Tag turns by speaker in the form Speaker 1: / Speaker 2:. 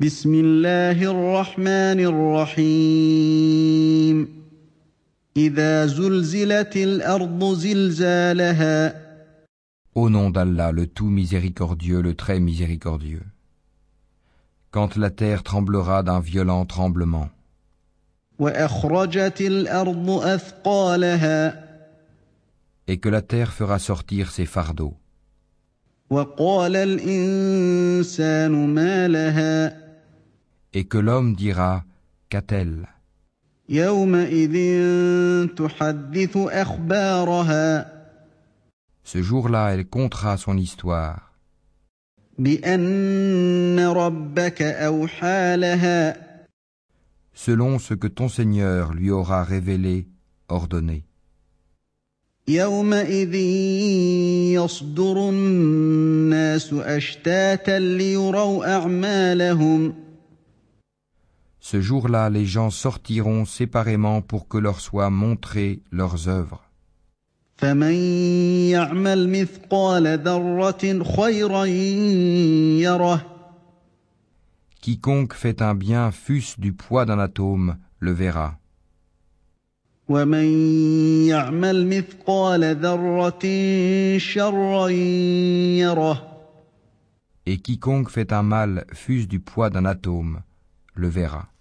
Speaker 1: بسم الله الرحمن الرحيم إذا زلزلت الأرض زلزالها
Speaker 2: Au nom d'Allah, le tout miséricordieux, le très miséricordieux. Quand la terre tremblera d'un violent tremblement,
Speaker 1: وأخرجت الأرض أثقالها
Speaker 2: et que la terre fera sortir ses fardeaux,
Speaker 1: وقال الإنسان ما لها
Speaker 2: et que l'homme dira Qu'a-t-elle
Speaker 1: يومئذ تحدث أخبارها
Speaker 2: Ce jour-là, elle contera son histoire,
Speaker 1: بأن ربك أوحى لها
Speaker 2: selon ce que ton Seigneur lui aura révélé, ordonné.
Speaker 1: يومئذ يصدر الناس اشتاتا ليروا اعمالهم
Speaker 2: Ce jour-là, les gens sortiront séparément pour que leur soient montrées leurs œuvres.
Speaker 1: فمن يعمل مثقال ذره خيرا يره
Speaker 2: Quiconque fait un bien, fût-ce du poids d'un atome, le verra.
Speaker 1: ومن يعمل مثقال ذره شرا يره
Speaker 2: Et quiconque fait un mal, fût-ce du poids d'un atome, le verra.